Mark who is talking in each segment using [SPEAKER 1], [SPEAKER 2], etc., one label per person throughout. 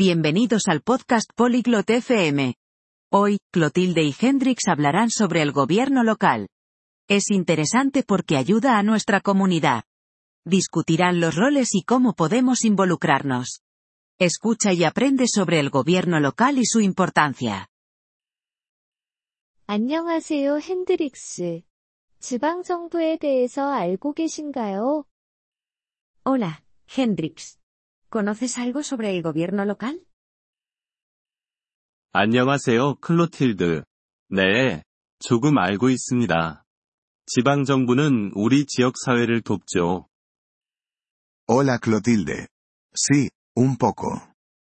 [SPEAKER 1] Bienvenidos al podcast Polyglot FM. Hoy, Clotilde y Hendrix hablarán sobre el gobierno local. Es interesante porque ayuda a nuestra comunidad. Discutirán los roles y cómo podemos involucrarnos. Escucha y aprende sobre el gobierno local y su importancia.
[SPEAKER 2] 안녕하세요, 핸드릭스 씨. 지방정부에 대해서 알고 계신가요?
[SPEAKER 3] Hola, Hendrix. ¿Conoces algo sobre el gobierno local?
[SPEAKER 4] 안녕하세요, 클로틸드. 네, 조금 알고 있습니다. 지방정부는 우리 지역사회를 돕죠.
[SPEAKER 5] Hola Clotilde. Sí, un poco.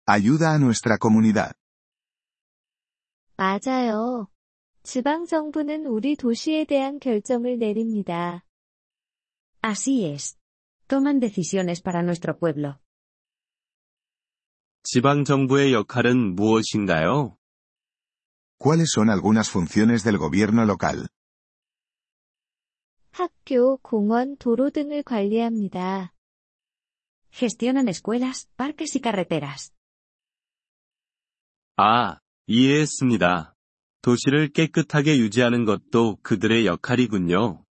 [SPEAKER 5] Ayuda a nuestra comunidad.
[SPEAKER 2] 맞아요. 지방정부는 우리 도시에 대한 결정을 내립니다.
[SPEAKER 3] Así es. Toman decisiones para nuestro pueblo.
[SPEAKER 4] 지방정부의 역할은 무엇인가요?
[SPEAKER 5] ¿Cuáles son algunas funciones del gobierno local?
[SPEAKER 2] 학교, 공원, 도로 등을 관리합니다.
[SPEAKER 3] Gestionan escuelas, parques y carreteras.
[SPEAKER 4] 아, 이해했습니다. 도시를 깨끗하게 유지하는 것도 그들의 역할이군요.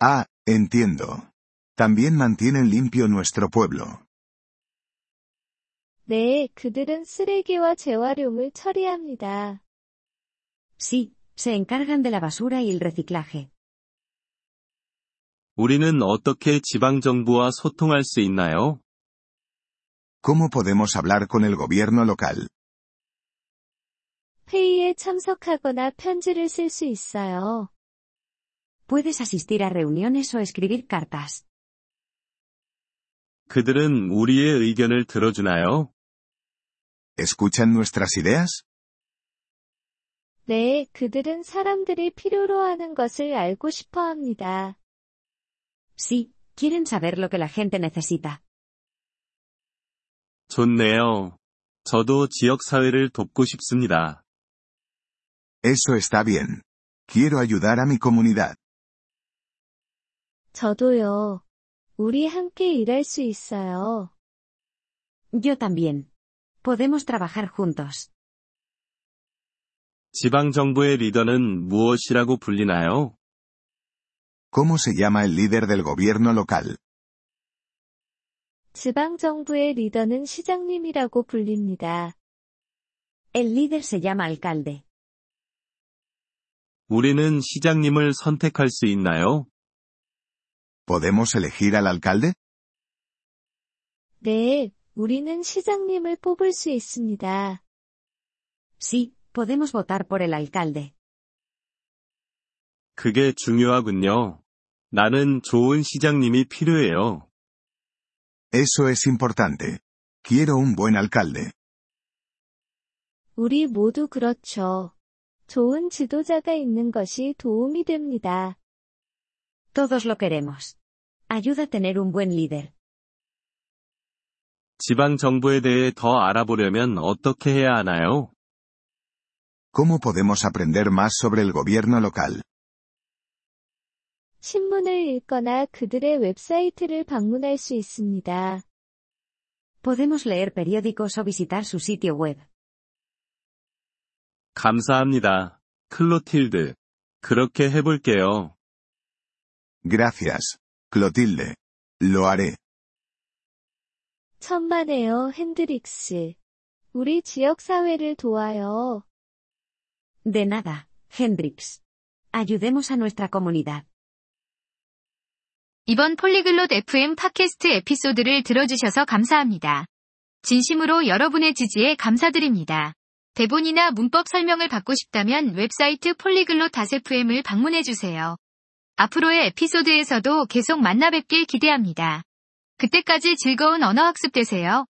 [SPEAKER 5] Ah, entiendo. También mantienen limpio nuestro pueblo.
[SPEAKER 2] 네, 그들은 쓰레기와 재활용을 처리합니다.
[SPEAKER 3] Sí, se encargan de la basura y el reciclaje.
[SPEAKER 4] 우리는 어떻게 지방정부와 소통할 수 있나요?
[SPEAKER 5] ¿Cómo podemos hablar con el gobierno local?
[SPEAKER 2] 회의에 참석하거나 편지를 쓸 수 있어요.
[SPEAKER 3] Puedes asistir a reuniones o escribir cartas.
[SPEAKER 4] 그들은 우리의 의견을 들어주나요?
[SPEAKER 5] ¿Escuchan nuestras ideas?
[SPEAKER 2] 네, 그들은 사람들이 필요로 하는 것을 알고 싶어 합니다.
[SPEAKER 3] Sí, quieren saber lo que la gente necesita.
[SPEAKER 4] 좋네요. 저도 지역사회를 돕고 싶습니다.
[SPEAKER 5] Eso está bien. Quiero ayudar a mi comunidad.
[SPEAKER 2] 저도요. 우리 함께 일할 수 있어요.
[SPEAKER 3] Yo también. Podemos trabajar juntos.
[SPEAKER 4] 지방정부의 리더는 무엇이라고 불리나요?
[SPEAKER 5] ¿Cómo se llama el líder del gobierno local?
[SPEAKER 2] 지방정부의 리더는 시장님이라고 불립니다.
[SPEAKER 3] El líder se llama alcalde.
[SPEAKER 4] 우리는 시장님을 선택할 수 있나요?
[SPEAKER 5] ¿Podemos elegir al alcalde?
[SPEAKER 2] 네, 우리는 시장님을 뽑을 수 있습니다.
[SPEAKER 3] Sí, podemos votar por el alcalde.
[SPEAKER 4] 그게 중요하군요. 나는 좋은 시장님이 필요해요.
[SPEAKER 5] Eso es importante. Quiero un buen alcalde.
[SPEAKER 2] 우리 모두 그렇죠. 좋은 지도자가 있는 것이 도움이 됩니다.
[SPEAKER 3] Todos lo queremos. Ayuda a tener un buen líder.
[SPEAKER 4] 지방정부에 대해 더 알아보려면 어떻게 해야 하나요?
[SPEAKER 5] ¿Cómo podemos aprender más sobre el gobierno local?
[SPEAKER 2] 신문을 읽거나 그들의 웹사이트를 방문할 수 있습니다.
[SPEAKER 3] Podemos leer periódicos o visitar su sitio web.
[SPEAKER 4] 감사합니다. 클로틸드. 그렇게 해볼게요.
[SPEAKER 5] Gracias. Clotilde. Lo haré.
[SPEAKER 2] 천만에요, 핸드릭스. 우리 지역사회를 도와요.
[SPEAKER 3] De nada, Hendrix. Ayudemos a nuestra comunidad.
[SPEAKER 6] 이번 폴리글롯 FM 팟캐스트 에피소드를 들어주셔서 감사합니다. 진심으로 여러분의 지지에 감사드립니다. 대본이나 문법 설명을 받고 싶다면 웹사이트 폴리글롯 FM을 방문해주세요. 앞으로의 에피소드에서도 계속 만나 뵙길 기대합니다. 그때까지 즐거운 언어학습 되세요.